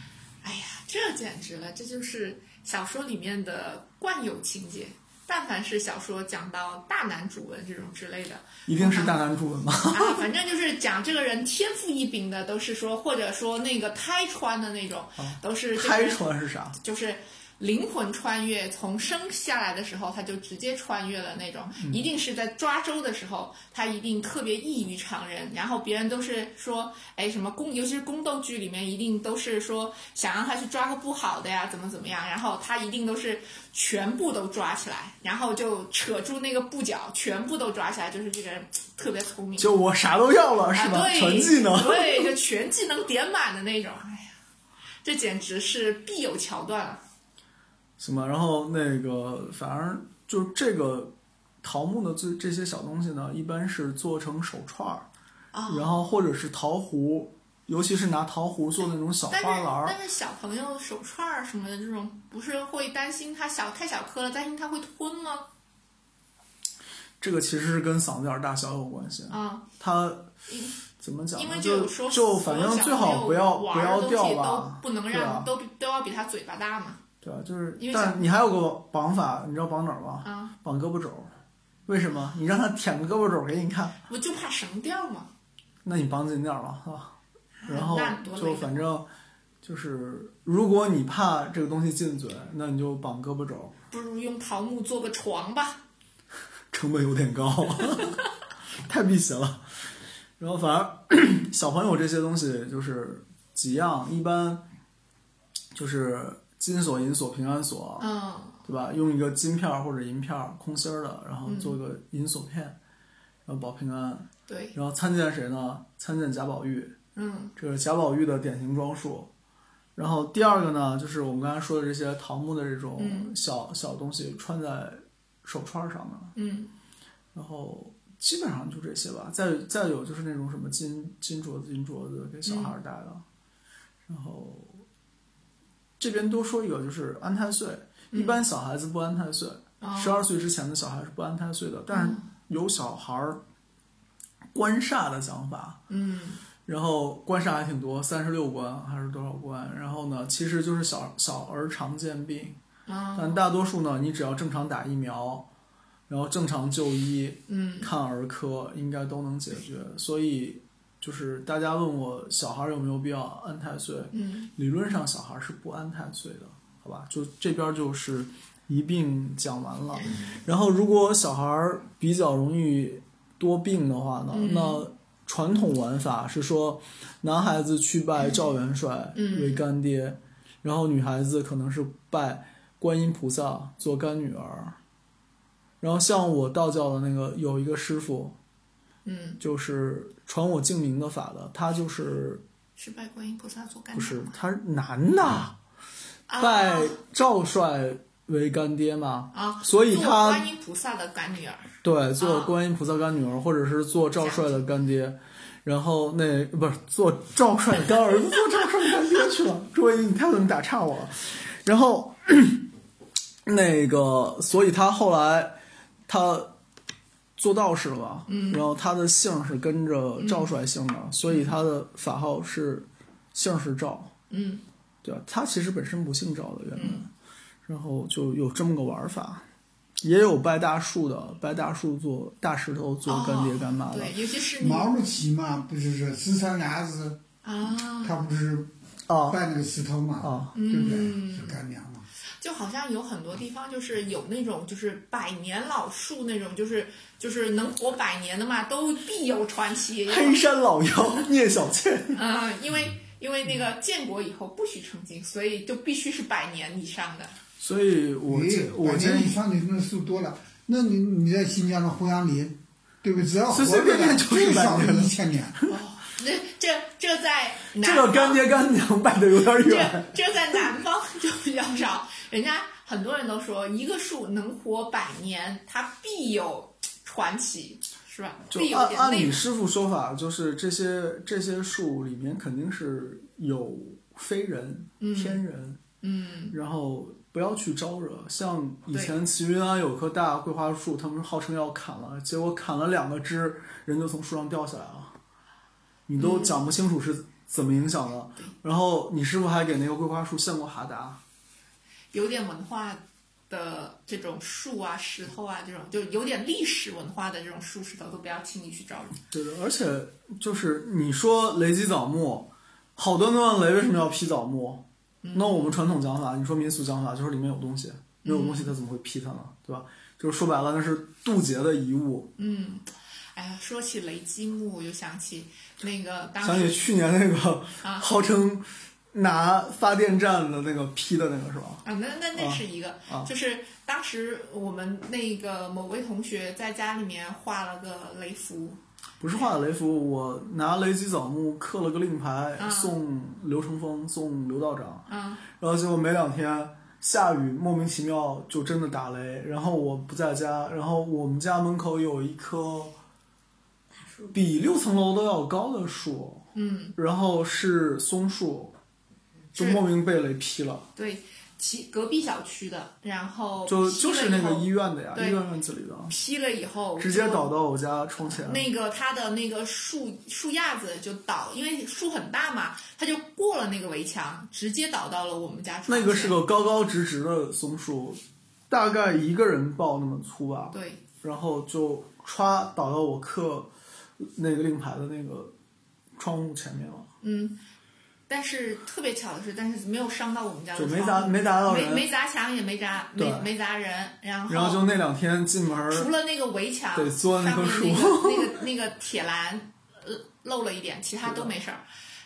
哎呀，这简直了！这就是小说里面的惯有情节。但凡是小说讲到大男主文这种之类的，
一定是大男主文吗？
啊，反正就是讲这个人天赋异禀的，都是说或者说那个胎穿的那种，都是这 个
开
人
船是啥？
就是灵魂穿越，从生下来的时候他就直接穿越了那种，
嗯
一定是在抓周的时候，他一定特别异于常人。然后别人都是说，哎，什么宫，尤其是宫斗剧里面，一定都是说想让他去抓个不好的呀，怎么怎么样。然后他一定都是全部都抓起来，然后就扯住那个布角，全部都抓起来，就是这个人特别聪明。
就我啥都要了是吧？
啊、对
全技能。
对，就全技能点满的那种。哎呀，这简直是必有桥段啊了。
行吧，然后那个反正就是这个桃木的这这些小东西呢，一般是做成手串儿，
啊
然后或者是桃核，尤其是拿桃核做那种小
但是
花篮儿。
但是小朋友手串儿什么的这种，不是会担心它小太小颗了，担心它会吞吗？
这个其实是跟嗓子眼儿大小有关系。
啊、
它怎么讲呢？
因为就
就
有说
就反正最好不要不
所有小朋友玩
要
的东
掉
西
吧，
都不能
对啊
让
吧
都比都要比他嘴巴大嘛。
对啊，就是
因为小
但你还有个绑法，你知道绑哪儿吗？
啊，
绑胳膊肘儿。为什么？你让他舔个胳膊肘儿给你看，
我就怕绳掉嘛。
那你绑紧点儿吧啊。然后
那多累
就反正就是，如果你怕这个东西进嘴，那你就绑胳膊肘儿。
不如用桃木做个床吧。
成本有点高， 太辟邪了。然后反正 小朋友这些东西就是几样，一般就是金锁、银锁、平安锁，
嗯，
对吧？用一个金片儿或者银片儿空心儿的，然后
嗯
做个银锁片，然后保平安。
对，
然后参见谁呢？参见贾宝玉，
嗯
这是贾宝玉的典型装束。然后第二个呢，就是我们刚才说的这些桃木的这种
嗯
小、小东西穿在手串儿上的。
嗯
然后基本上就这些吧。再再有就是那种什么金金镯子、银镯子给小孩儿戴的。然后这边多说一个，就是安太岁，一般小孩子不安太岁，
啊
十二、岁之前的小孩是不安太岁的，但是有小孩儿官煞的讲法。
嗯
然后官煞还挺多，三十六官还是多少官？然后呢，其实就是小小儿常见病，
啊
但大多数呢，你只要正常打疫苗，然后正常就医，
嗯
看儿科应该都能解决。所以就是大家问我小孩有没有必要安太岁，
嗯
理论上小孩是不安太岁的，好吧？就这边就是一并讲完了。然后如果小孩儿比较容易多病的话呢，那传统玩法是说男孩子去拜赵元帅为干爹，然后女孩子可能是拜观音菩萨做干女儿。然后像我道教的那个有一个师傅，
嗯，
就是传我净明的法的，他就是
是拜观音菩萨做干
不
娘
是
吗
他是男的，
啊
拜赵帅为干爹嘛，
啊，
所以
做
他
观音菩萨的干女儿，
对，做
啊
观音菩萨干女儿，或者是做赵帅的干爹，然后那不是做赵帅的干儿子，做赵帅的干爹去了。朱文英，你太怎么打岔我了？然后 那个，所以他后来他做道士了吧？嗯，然后他的姓是跟着
嗯
赵帅姓的，所以他的法号是姓是赵。
嗯，
对吧？他其实本身不姓赵的原本，然后就有这么个玩法，也有拜大树的，拜大树做大石头做干爹干妈的。
哦对，尤其是你
毛主席嘛，不就是十三伢子，
啊，
他不是
哦
啊
拜那个石头嘛，
啊
对不对？
嗯
是干娘嘛，
就好像有很多地方就是有那种就是百年老树那种，就是就是能活百年的嘛，都必有传奇。
黑山老妖聂小倩，
嗯，因为因为那个建国以后不许成精，所以就必须是百年以上的。
所以我
咦
建我
百
建
年以
议
上的那树多了，那你你在新疆的红杨林，对不对？只要活
随随便便
着的
就是
最少
百年
一 千年。
这哦这这在南
这个干
方
爹干娘拜的有点
这
远。
这在南方就比较少，人家很多人都说一个树能活百年，它必有传奇，是吧？
就
必有
按
点
按
内
你
容。
师傅说法，就是这些这些树里面肯定是有非人、天人，
嗯，
然后不要去招惹。像以前齐云安有棵大桂花树，他们号称要砍了，结果砍了两个枝，人就从树上掉下来了，你都讲不清楚是怎么影响的。然后你师傅还给那个桂花树献过哈达，
有点文化的这种树啊、石头啊，这种就有点历史文化的这种树石头都不要轻易去招惹。
对的，而且就是你说雷击枣木，好端端的雷为什么要劈枣木？那我们传统讲法，你说民俗讲法就是里面有东西，没有东西它怎么会劈它呢？对吧？就是说白了，那是渡劫的遗物。
嗯，哎呀，说起雷击木，我就想起那个当
想起
时
去年那个
啊
号称拿发电站的那个劈的那个是吧？
啊，那那那
啊
是一个，
啊
就是当时我们那个某位同学在家里面画了个雷符，
不是画的雷符，我拿雷击枣木刻了个令牌，
啊
送刘成峰，送刘道长。
啊
然后结果没两天下雨，莫名其妙就真的打雷。然后我不在家，然后我们家门口有一棵比六层楼都要高的树，
嗯。
然后是松树，就是莫名被雷劈了，
对，其隔壁小区的，然后
就
批
就
了
是
以
那个
后
医院的呀，
对
医院院子里的，
批了以后
直接
就
倒到我家窗前。
那个它的那个树树桠子就倒，因为树很大嘛，它就过了那个围墙，直接倒到了我们家窗
那个
前
是个高高直直的松树，大概一个人抱那么粗吧。
对
然后就歘倒到我刻那个令牌的那个窗户前面了，
嗯，但是特别巧的是，但是没有伤到我们家的
就
窗户，
没砸没砸到
没没
人。
砸墙，也没砸没
对
没砸人，然后
然后就那两天进门儿，
除了那个围墙
得钻那
上
棵
面
树
那个那个那个铁栏呃漏了一点，其他都没事儿。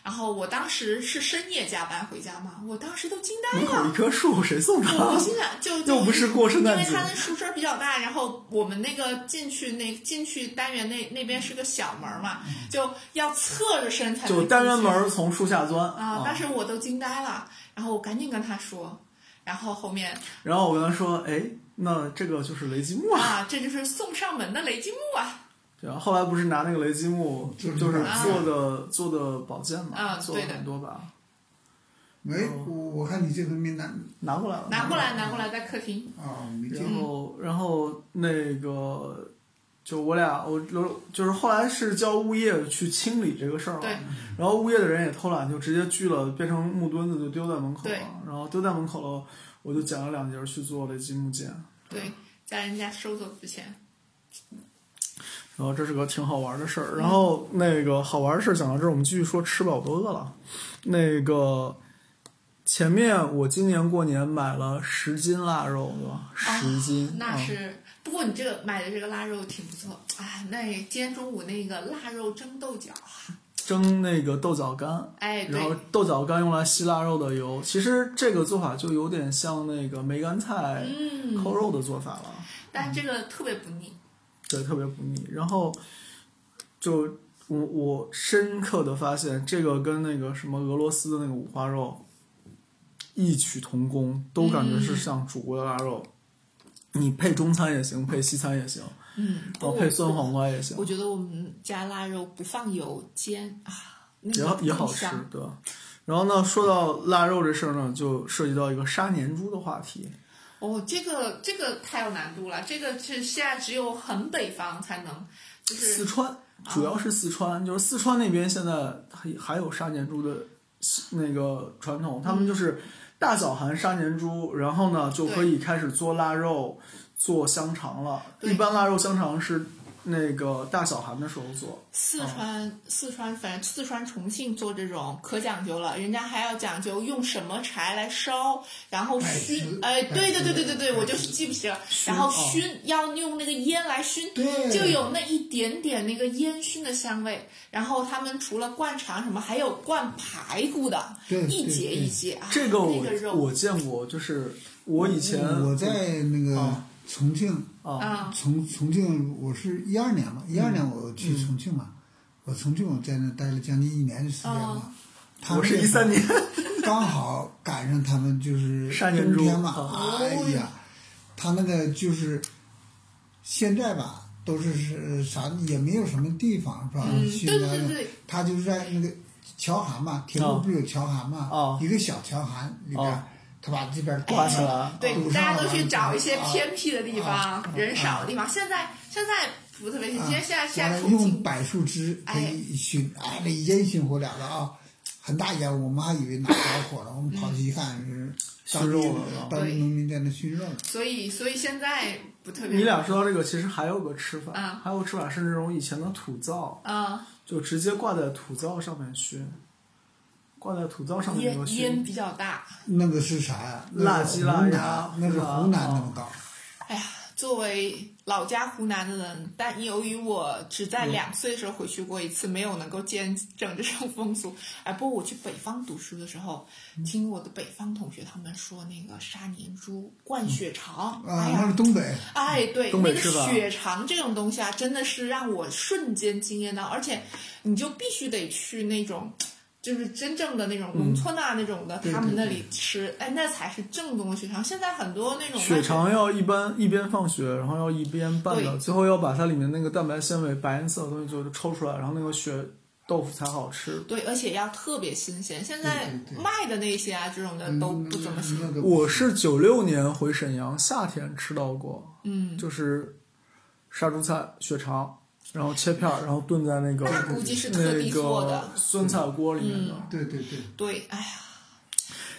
然后我当时是深夜加班回家嘛，我当时都惊呆
门口
了
一。棵树，谁送的？
我心想，就就
又不是过圣诞
因为
节
它的树枝儿比较大，然后我们那个进去那进去单元那那边是个小门儿嘛，就要侧着身才 能
就单元门
进去
儿从树下钻
啊！当时我都惊呆了，然后我赶紧跟他说，然后后面
然后我跟他说：“哎，那这个就是雷击木啊。
啊，这就是送上门的雷击木啊！”
对啊，后来不是拿那个雷击木，就是
是
做
啊
的做的宝剑嘛，
啊
做了
对的
很多把，
没，
哦
我我看你这个没拿
拿过来了，
拿过来，拿过来，在客厅。
啊，没见
嗯
然后，然后那个，就我俩，我就就是后来是叫物业去清理这个事儿嘛
对。
然后物业的人也偷懒，就直接锯了，变成木墩子就丢在门口了
对。
然后丢在门口了，我就捡了两节去做了积木剑。
对，在人家收走之前，
然后这是个挺好玩的事儿。然后那个好玩的事儿讲到这儿，我们继续说吃吧，我都饿了。那个前面我今年过年买了十斤腊肉，对吧？十斤，
哦那
嗯
是。不过你这个买的这个腊肉挺不错，哎，那今天中午那个腊肉蒸豆角，
蒸那个豆角干。
哎，
然后
对，
豆角干用来吸腊肉的油，其实这个做法就有点像那个梅干菜
嗯，
扣肉的做法了，
但这个特别不腻，
对，特别不腻。然后就我我深刻的发现，这个跟那个什么俄罗斯的那个五花肉异曲同工，都感觉是像煮过的腊肉。你配中餐也行，配西餐也行，
嗯，
然后哦配酸黄瓜也行
我。，我觉得我们家腊肉不放油煎啊，那
也
个
也好
更
吃
香，
对吧。然后呢，说到腊肉这事儿呢，就涉及到一个杀年猪的话题。
哦，这个这个太有难度了，这个是现在只有很北方才能，就
四
是
川主要是四川，就是四川那边现在还还有杀年猪的那个传统，他
嗯
们就是大脚寒杀年猪，然后呢就可以开始做腊肉、做香肠了。
对
一般腊肉香肠是那个大小寒的时候做，
四川、四川，反正四川重庆做这种可讲究了，人家还要讲究用什么柴来烧，然后
百
熏
十，
哎，对对对对对对，
百十
我就是记不起了，
熏
然后
哦
熏、要用那个烟来熏，
对
就有那一点点那个烟熏的香味。然后他们除了灌肠什么，还有灌排骨的，
对
一
对
节
对
一节啊，
这个我、
那个肉
我见过，就是我以前
嗯我在那个
啊
重庆，
啊
啊，嗯
重重庆我是一二年嘛，一二年我去重庆嘛，我重庆我在那待了将近一年的时间
哦
嘛。他
我
们
是
那
一
会儿
三年，
刚好赶上他们就是
杀年
冬
猪
天嘛，
啊
哎呀，他那个就是现在吧，都是是啥也没有什么地方是吧？
嗯
去
对
那
对
个
对
他就是在那个桥涵嘛，铁路
啊
不是有桥涵嘛，
啊
一个小桥涵里边，
啊
他把这边
挂起来
对，
堵上
大家都
了
去找一些
啊
偏僻的地方，
啊啊
人少的地方。现在现在不特别行，
啊
现在现在现在
完了
重
用
庆
柏树枝可
哎
以熏，哎，那烟熏火燎的啊，很大烟，我们还以为哪着火了，我们跑去一看是当
熏
地
肉了啊
当
嗯
地
对
农民在那熏肉了。
所以所以现在不特别。
你俩说到这个，其实还有个吃法，
啊
还有吃法是那种以前的土灶，
啊，
就直接挂在土灶上面熏，挂在土灶上面那
烟
个
烟
熏。
比较大。
那个是啥呀？那
辣
是
鸡
湖
辣
南
鸭
那是
是吧
湖南那
哦
么搞。
哎呀，作为老家湖南的人，但由于我只
嗯
在两岁的时候回去过一次，没有能够见证这种 风俗。哎，不过我去北方读书的时候，
嗯
听我的北方同学他们说，那个杀年猪、灌血肠，
啊
哎，呀
那，是东北，
哎，对，
东
那
北
个
吃法
血肠这种东西啊，真的是让我瞬间惊艳到，而且你就必须得去那种。就是真正的那
嗯
种农村啊，那种的，
对
他们那
对
里吃，哎，那才是正宗的血肠。现在很多那种
血肠要一般一边放血，然后要一边拌
对
的，最后要把它里面那个蛋白纤维、白颜色的东西就抽出来，然后那个血豆腐才好吃。
对，而且要特别新鲜。现在
对对对
卖的那些啊，这种的
嗯
都不怎么行。
嗯那个
我是九六年回沈阳，夏天吃到过，嗯，就是杀猪菜血肠，然后切片儿，然后炖在那个
那估计是特地做的嗯
那个酸菜锅里面的。
对对对，
对，哎呀，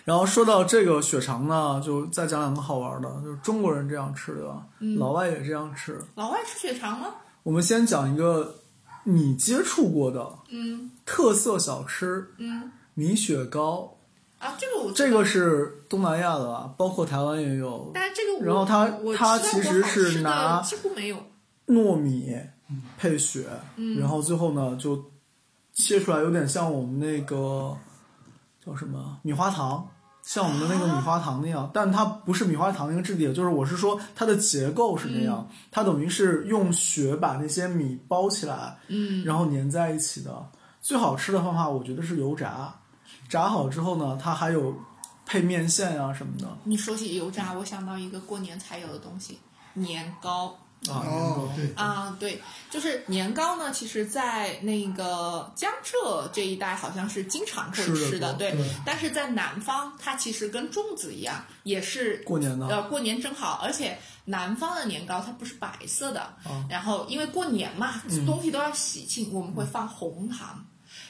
然后说到这个血肠呢，就再讲两个好玩的，就是中国人这样吃的，
嗯
老外也这样吃。
老外吃血肠吗？
我们先讲一个你接触过的
嗯
特色小吃
嗯，
米血糕，
啊，这个我
这个是东南亚的吧，包括台湾也有。
但是这个我
然后它
我
它
吃到
其
过
实
好
是
吃的
拿
几乎没有。
糯米
嗯
配血，然后最后呢就切出来，有点像我们那个叫什么米花糖，像我们的那个米花糖那
啊
样，但它不是米花糖那个质地，就是我是说它的结构是那样，
嗯
它等于是用血把那些米包起来，
嗯，
然后粘在一起的。最好吃的方法，我觉得是油炸，炸好之后呢，它还有配面线啊什么的
你说起油炸，我想到一个过年才有的东西——年糕
啊。
哦对，
啊，对，就是年糕呢。其实，在那个江浙这一带，好像是经常会
吃得
吃的，
多
对
对。
但是在南方，它其实跟粽子一样，也是
过年呢
呃，过年正好，而且南方的年糕它不是白色的，
啊
然后因为过年嘛，
嗯
东西都要喜庆，我们会放红糖。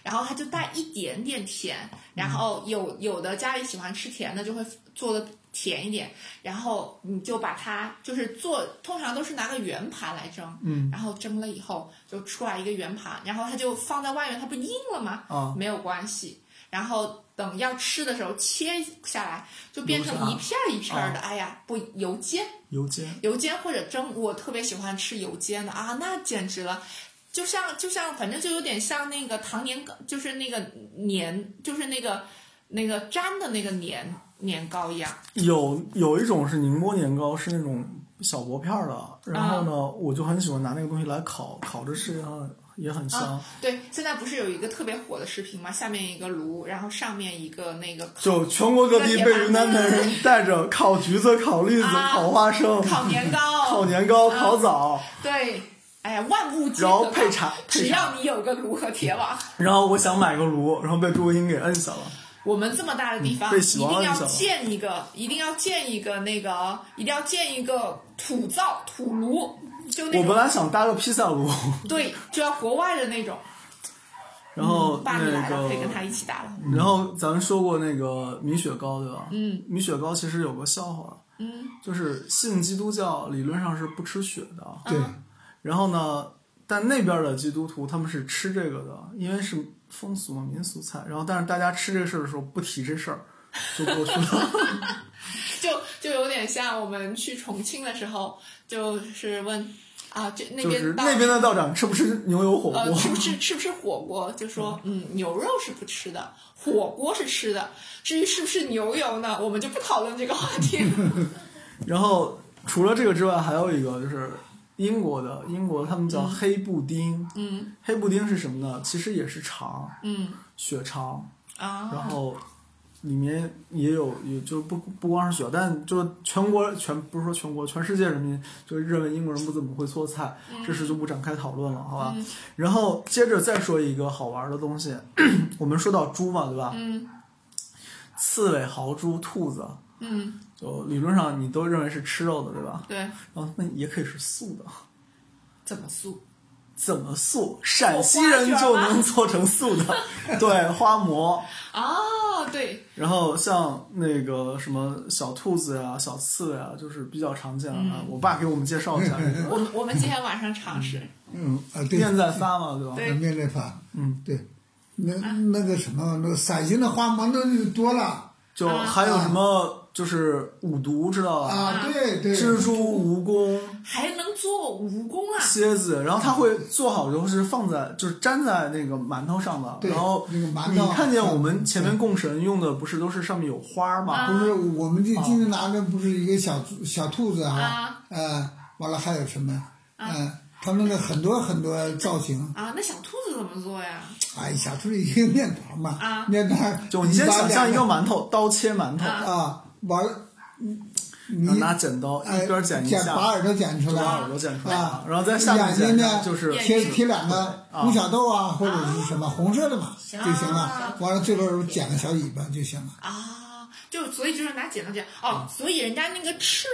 然后它就带一点点甜，
嗯
然后有有的家里喜欢吃甜的，就会做的甜一点。然后你就把它就是做，通常都是拿个圆盘来蒸，
嗯
然后蒸了以后就出来一个圆盘，然后它就放在外面，它不硬了吗？
啊
没有关系。然后等要吃的时候切下来，就变成一片儿一片儿的。
啊
哎呀，不油煎，
油煎
油煎或者蒸，我特别喜欢吃油煎的啊，那简直了。就像就像，反正就有点像那个糖年糕，就是那个年，就是那个那个粘的那个年年糕一样。
有有一种是宁波年糕，是那种小薄片儿的，然后呢，
啊
我就很喜欢拿那个东西来烤，烤着吃也很也很香，
啊，对，现在不是有一个特别火的视频吗？下面一个炉，然后上面一个那个烤
就全国各地被
那
云南的人带着烤橘子、烤栗子、
啊
烤花生、
烤年糕， 啊
烤年糕、烤枣，
对，哎呀，万物皆
然后
可
配
烤
茶配
只
茶
要你有个炉和铁网。
然后我想买个炉，然后被朱茵给摁下了。
我们这么大的地方，
嗯被
一
洗
定
完了
要
你想
建一个，一定要建一个那个，一定要建一个土灶、土炉，就那
我本
种
来想搭个披萨炉，
对，就要国外的那种。
然后
爸你
那
嗯来了，
个
可以跟他一起打了。
然后咱们说过那个米雪糕，对吧？嗯，米雪糕其实有个笑话，
嗯，
就是信基督教理论上是不吃血的，
嗯
对，
啊
然后呢，但那边的基督徒他们是吃这个的，因为是风俗嘛，民俗菜。然后但是大家吃这个事儿的时候不提这事儿，就过去 了。
就就有点像我们去重庆的时候，就是问啊，这那
就是
边到
那边的道长吃不吃牛油火锅？
呃，吃不吃吃不吃火锅？就说嗯，牛肉是不吃的，火锅是吃的。至于是不是牛油呢，我们就不讨论这个话题 了。
然后除了这个之外，还有一个就是英国的，英国他们叫黑布丁。
嗯
黑布丁是什么呢？其实也是肠，
嗯
血肠，
啊，
然后里面也有，也就不不光是血，但就是全国全不是说全国，全世界人民就认为英国人不怎么会做菜，
嗯
这事就不展开讨论了，好吧？然后接着再说一个好玩的东西， 我们说到猪嘛，对吧？
嗯
刺猬、豪猪、兔子，
嗯，
就理论上你都认为是吃肉的，对吧？
对，
然哦后那也可以是素的。
怎么素？
怎么素？陕西人就能做成素的，对，花馍。
哦，对，
然后像那个什么小兔子呀、小刺猬啊，就是比较常见的。啊我爸给我们介绍一下，这个
我们我们今天晚上尝试。
嗯啊 对，啊
面在发嘛，对吧？
对
面类法，
嗯，
啊
对，那那个什么，那个陕西的花馍那就多了
就还有什么就是五毒，知道吧？
啊，对对，
蜘蛛、蜈蚣、
还能做蜈蚣啊！
蝎子，然后它会做好之后是放在就是粘在那个馒头上的。
对
然后
那个馒头啊嗯
你看见我们前面供神用的不是都是上面有花儿嘛？
不是，
啊
我们这今天拿的不是一个小兔小兔子啊
哦啊，
呃，完了还有什么？嗯，他们的很多很多造型，
啊，那小兔子怎么做呀？
哎，小兔子一个面团嘛
啊，
面团，
就你先
把
想象一个
两
馒头，刀切馒头，
啊，完了，你
然后拿剪刀
哎
一边剪一
剪把
下，
耳朵剪出
就
来，
把耳朵剪出来
啊，
然后在下面
眼
剪
睛
一
呢
下，就是
眼
贴
睛
贴两个红小豆啊，或者是什么红色的嘛就
行
行了。完了最后剪个小尾巴就行了。
啊，就所以就是拿剪刀剪哦，所以人家那个刺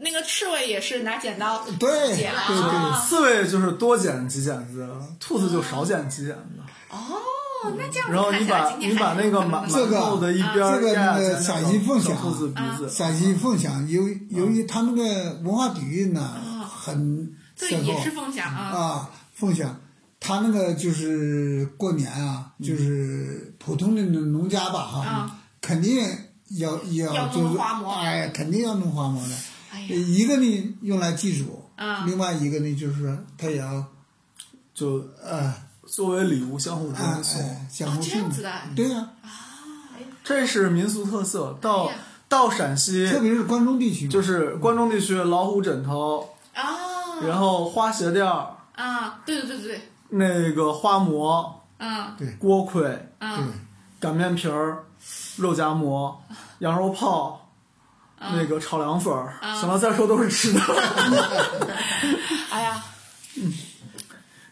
那个刺猬也是拿剪刀
对对
剪了
对，
啊。
刺猬就是多剪几剪子，兔子就少剪几剪子。
哦，那这样
然后
看
你
起来
把
今
你
天
把
还
那个馒
是啊
这
馒
个
头的一边儿
这个
压
那个
剪
陕
成
西凤
小
翔
兔子鼻子，
陕西凤翔由
啊
由于它那个文化底蕴呢很
对
深厚
啊也是凤翔啊，
啊，凤翔。它那个就是过年啊，就是普通的农家吧哈
嗯啊，
肯定要要
要
就
弄
是
花馍
哎，肯定要弄花馍的。
哎呀，
一个呢用来祭祖，
啊
另外一个呢就是说它也要
就
呃
作为礼物相互之
啊
间送。
相
哦
互
这样子
送
的
对啊呀、
啊
这是民俗特色。到
哎呀
到陕西
特别是关中地区嘛，
就是关中地区老虎枕头，
啊
然后花鞋垫儿，
啊，对对对对对，
那个花馍、
啊
对
锅盔。
对
啊，
擀面皮儿、肉夹馍、羊肉泡、那个炒凉粉儿，行了，再说都是吃的。
哎呀，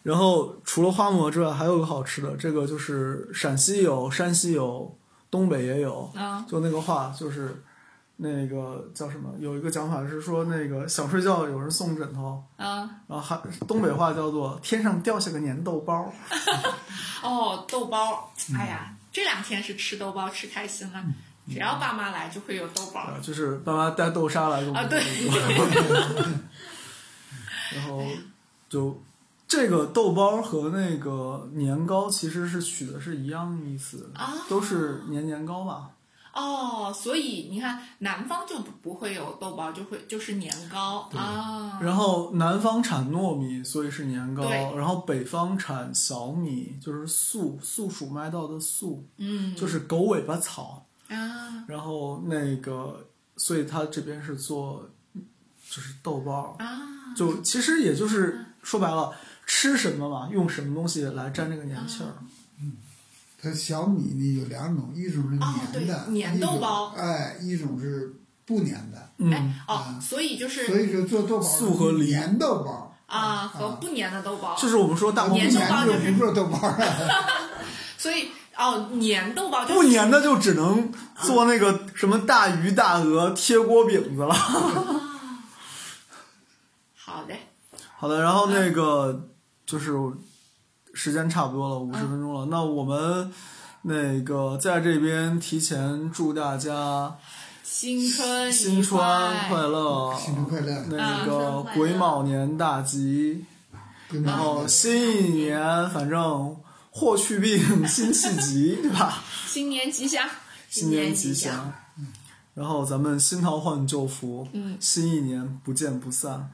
然后除了花馍之外，还有个好吃的，这个就是陕西有，山西有，东北也有。
啊
就那个话，就是那个叫什么？有一个讲法是说，那个想睡觉有人送枕头，
啊
然后还东北话叫做“天上掉下个粘豆包儿
哦，豆包，哎呀，这两天是吃豆包吃开心了，只要爸妈来就会有豆”，包
啊就是爸妈带豆沙来给我们
啊，对，
然后就这个豆包和那个年糕其实是取的是一样意思，
啊
都是年年糕嘛。
哦，所以你看，南方就不不会有豆包，就会就是年糕啊。
然后南方产糯米，所以是年糕；
对
然后北方产小米，就是粟，粟鼠麦稻的粟，
嗯
就是狗尾巴草。
啊
然后那个，所以它这边是做就是豆包，
啊
就其实也就是说白了，吃什么嘛，用什么东西来沾这个年气儿。
它小米呢有两种，一种是粘的，
哦对粘
一种
豆包
哎，一种是不粘的。
嗯，
哎哦，所以就
所
是
以说做豆包
素和梨
粘豆包，
啊和不粘的豆包，
哦就是我们说大黄
不
粘
面
豆
粘
包
就
就是
不做豆包了。
所以哦，粘豆包就
不粘的就只能做那个什么大鱼大鹅贴锅饼子了。
好的，
好的，然后那个就是时间差不多了，五十分钟了。那我们那个在这边提前祝大家
新春愉
新春快
快，
乐，嗯
新春快乐，
那
啊
个癸卯年大吉，
跟
然
嗯
后新一年反正霍去病辛弃疾，对 吧？
新年吉祥，
新
年
吉
祥，。
然后咱们新桃换旧符，
嗯
新一年不见不散。